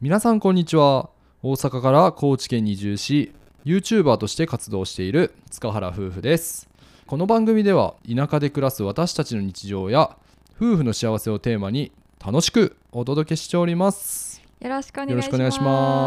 皆さんこんにちは大阪から高知県に移住し YouTuber として活動している塚原夫婦ですこの番組では田舎で暮らす私たちの日常や夫婦の幸せをテーマに楽しくお届けしておりますよろしくお願いよろしくお願いししま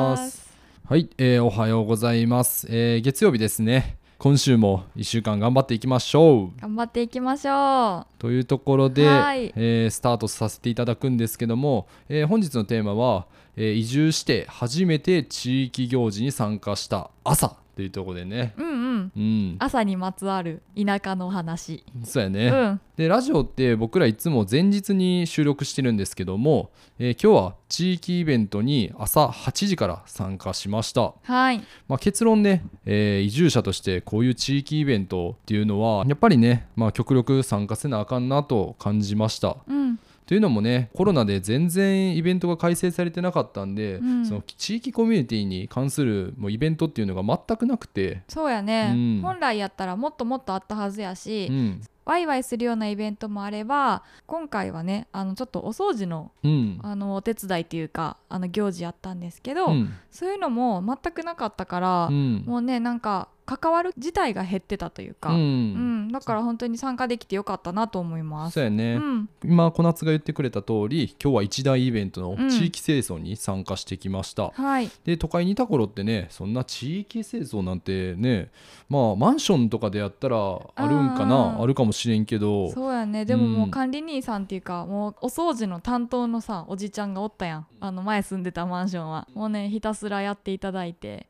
ますす。はい、えーおはようございます、えー月曜日ですね今週も1週間頑張っていきましょう頑張っていきましょというところで、はいえースタートさせていただくんですけども、えー本日のテーマは、えー移住して初めて地域行事に参加した朝というところでねう。うんうん。うん朝にまつわる田舎の話。そうやうね、ん。でラジオって僕らいつも前日に収録してるんですけども、えー今日は地域イベントに朝8時から参加しましたはい。まあ、結論ね、えー移住者としてこういう地域イベントっていうのはやっぱりね、まあ、極力参加せなあかんなと感じましたうん。というのもねコロナで全然イベントが開催されてなかったんで、うんその地域コミュニティに関するもうイベントっていうのが全くなくて、そうやね、うん本来やったらもっともっとあったはずやし、うんワイワイするようなイベントもあれば今回はねあのちょっとお掃除のうんあのお手伝いっていうかあの行事やったんですけど、うんそういうのも全くなかったから、うんもうねなんか関わる自体が減ってたというか、ううんんだから本当に参加できてよかったなと思います。そうやね、うん、今小夏が言ってくれた通り今日は一大イベントうのん地域清掃に参加してきました、はい、で都会にいた頃ってねそんな地域清掃なんてねまあマンションとかでやったらあるんかなああーるかもしれんけどそうやねでももうんう管理人さんっていうか、もうお掃除の担当のさおじちゃんがおったやんあの前住んでたマンションはもうねひたすらやっていただいて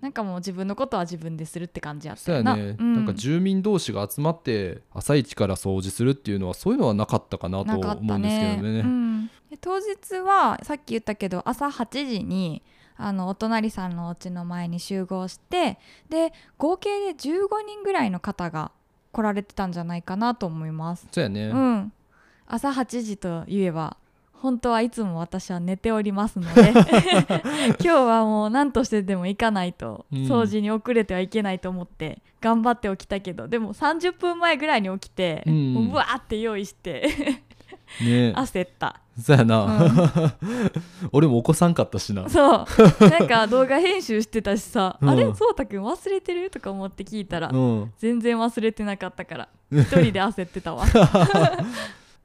なんかもう自分のことは自分でするって感じやっそたうよやなね、うんなんか住民同士が集まって朝一から掃除するっていうのはそういうのはなかったかなとなかった思うんですけどね。うんで当日はさっき言ったけど朝8時にあのお隣さんのお家の前に集合してで合計で15人ぐらいの方が来られてたんじゃないかなと思います。そうやね、うん、朝8時といえば本当はいつも私は寝ております ので今日はもう何としてでも行かないとうん掃除に遅れてはいけないと思って頑張って起きたけどでも30分前ぐらいに起きて、うんもうぶわーって用意して ね焦ったそうやな、 俺も起こさんかったしな。そうなんか動画編集してたしさ、うんあれそうたくん忘れてるとか思って聞いたら、うん、全然忘れてなかったから一人で焦って たわ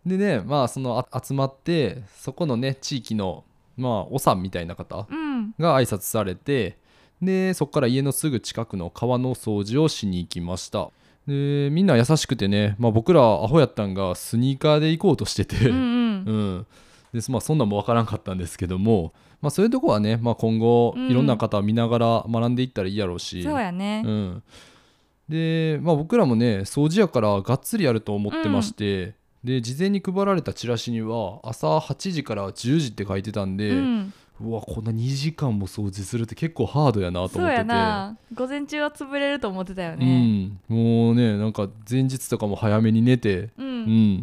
でねまあそのあ集まってそこのね地域のまあおさんみたいな方うんが挨拶されてでそこから家のすぐ近くの川の掃除をしに行きましたでみんな優しくてね、まあ、僕らアホやったんがスニーカーで行こうとしてて、うんうんうんでまあ、そんなんも分からんかったんですけども、まあ、そういうとこはね、まあ、今後うんいろんな方を見ながら学んでいったらいいやろうし、そうやね、うん、で、まあ、僕らもね掃除やからがっつりやると思ってまして、で事前に配られたチラシには朝8時から10時って書いてたんで、うんうわこんな2時間も掃除するって結構ハードやなとそ思っうててやな午前中は潰れると思ってたようねん、もうねなんか前日とかも早めに寝て、うん、うん、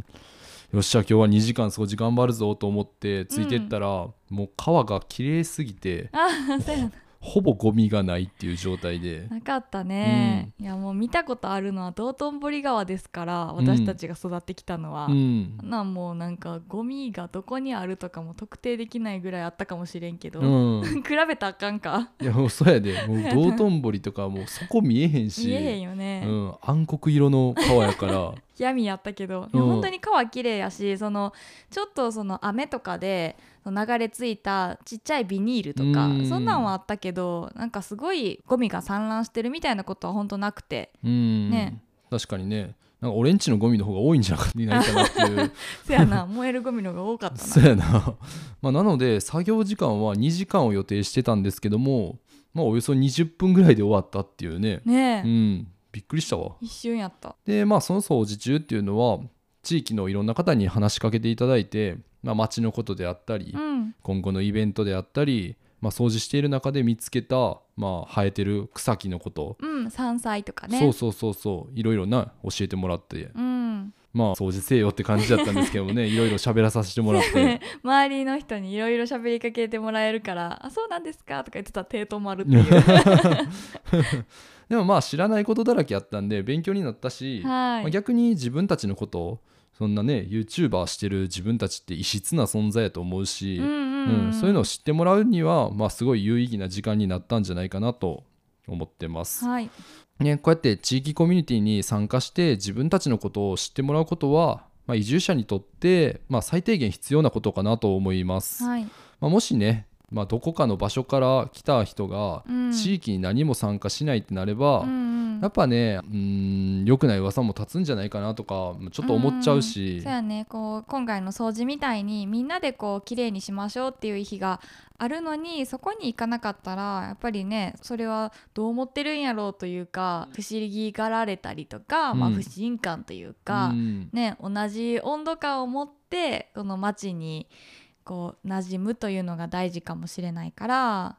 よっしゃ今日は2時間掃除頑張るぞと思ってついてったら、もう川が綺麗すぎてあそうやなほぼゴミがないっていう状態でなかったね、いやもう見たことあるのは道頓堀川ですから私たちが育ってきたのは、うん、なもうなんかゴミがどこにあるとかも特定できないぐらいあったかもしれんけど、うん、 比べたらあかんかいやもうそうやでもう道頓堀とかもうそこ見えへんし見えへんよね、うん、暗黒色の川やから、闇やったけど、いやうん本当に川綺麗やしそのちょっとその雨とかでその流れ着いたちっちゃいビニールとかうんそんなんはあったけどなんかすごいゴミが散乱してるみたいなことは本当なくてうんね確かにねなんか俺んちのゴミの方が多いんじゃないかなっていうせ やな燃えるゴミの方が多かったそなうやな まあなので作業時間は2時間を予定してたんですけどもまあおよそ20分ぐらいで終わったっていうねねうえ、んびっくりしたわ一瞬やったでまあその掃除中っていうのは地域のいろんな方に話しかけていただいて、まあ、町のことであったり、うん今後のイベントであったり、まあ、掃除している中で見つけた、まあ、生えてる草木のこと、うん山菜とかねそうそうそうそういろいろな教えてもらってうん、まあ掃除せよって感じだったんですけどもねいろいろ喋らさせてもらって。周りの人にいろいろ喋りかけてもらえるから「あそうなんですか」とか言ってたら手止まるって いうでもまあ知らないことだらけやったんで勉強になったし、はまあい逆に自分たちのことをそんなね YouTuber してる自分たちって異質な存在やと思うし、うんうんうんんそういうのを知ってもらうには、まあ、すごい有意義な時間になったんじゃないかなと思ってます、はいね、こうやって地域コミュニティに参加して自分たちのことを知ってもらうことは、まあ、移住者にとって、まあ、最低限必要なことかなと思います、はい、まあ、もしね、まあ、どこかの場所から来た人がうん地域に何も参加しないってなれば、うんうんやっぱねうーん良くない噂も立つんじゃないかなとかちょっと思っちゃうしそうやねこう今回の掃除みたいにみんなでこう綺麗にしましょうっていう日があるのにそこに行かなかったらやっぱりねそれはどう思ってるんやろうというか不思議がられたりとか、まあ、うん不信感といううか、んね、同じ温度感を持ってこの街にこう馴染むというのが大事かもしれないから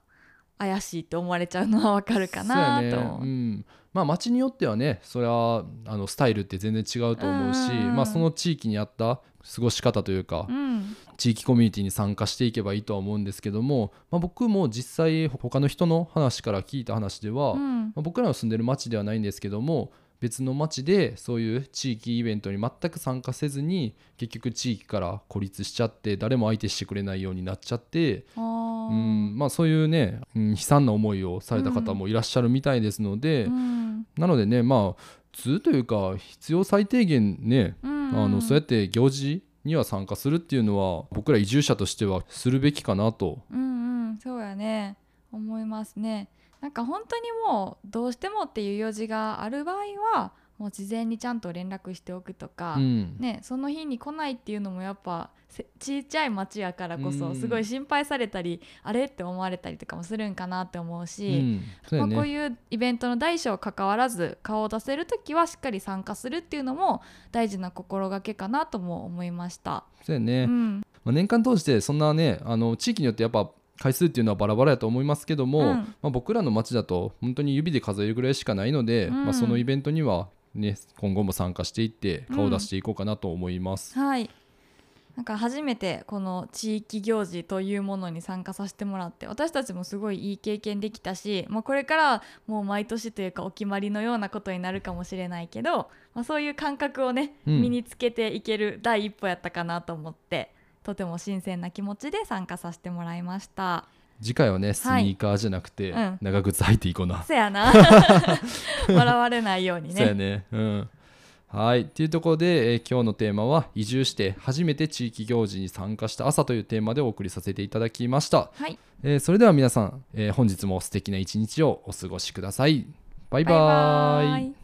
怪しいって思われちゃうのはわかるかなそうとやね思う。うんまあ町によってはねそれはあのスタイルって全然違うと思うし、うんうんうんまあ、その地域に合った過ごし方というか、うん地域コミュニティに参加していけばいいとは思うんですけども、まあ、僕も実際他の人の話から聞いた話では、うまんあ僕らの住んでる町ではないんですけども別の町でそういう地域イベントに全く参加せずに結局地域から孤立しちゃって誰も相手してくれないようになっちゃってあーうんまあ、そういうね、うん、悲惨な思いをされた方もいらっしゃるみたいですので、うんなのでねまあ普通というか必要最低限ね、うんあのそうやって行事には参加するっていうのは僕ら移住者としてはするべきかなと。うんうんそうやね思いますねなんか本当にもうどうしてもっていう用事がある場合はもう事前にちゃんと連絡しておくとか、うんね、その日に来ないっていうのもやっぱせちっちゃい町やからこうそんすごい心配されたり、あれって思われたりとかもするんかなって思ううし、んそうやまあ、こうねいうイベントの大小関わらず顔を出せる時はしっかり参加するっていうのも大事な心がけかなとも思いました。そうやね、うんまあ、年間通してそんなねあの地域によってやっぱ回数っていうのはバラバラやと思いますけども、うんまあ、僕らの町だと本当に指で数えるぐらいしかないので、うんまあ、そのイベントには、ね、今後も参加していってうん顔を出していこうかなと思います。はいなんか初めてこの地域行事というものに参加させてもらって私たちもすごいいい経験できたし、まあ、これからもう毎年というかお決まりのようなことになるかもしれないけど、まあ、そういう感覚をね、うん身につけていける第一歩やったかなと思ってとても新鮮な気持ちで参加させてもらい ました。次回はねスニーカーじゃなくて、うん長靴履いていこうな。せやな 笑われないようにそうやね。ね。うん。はい。っていうところで、えー今日のテーマは、移住して初めて地域行事に参加した朝というテーマでお送りさせていただきました。はい、えーそれでは皆さん、えー本日も素敵な一日をお過ごしください。バイバーイ。イ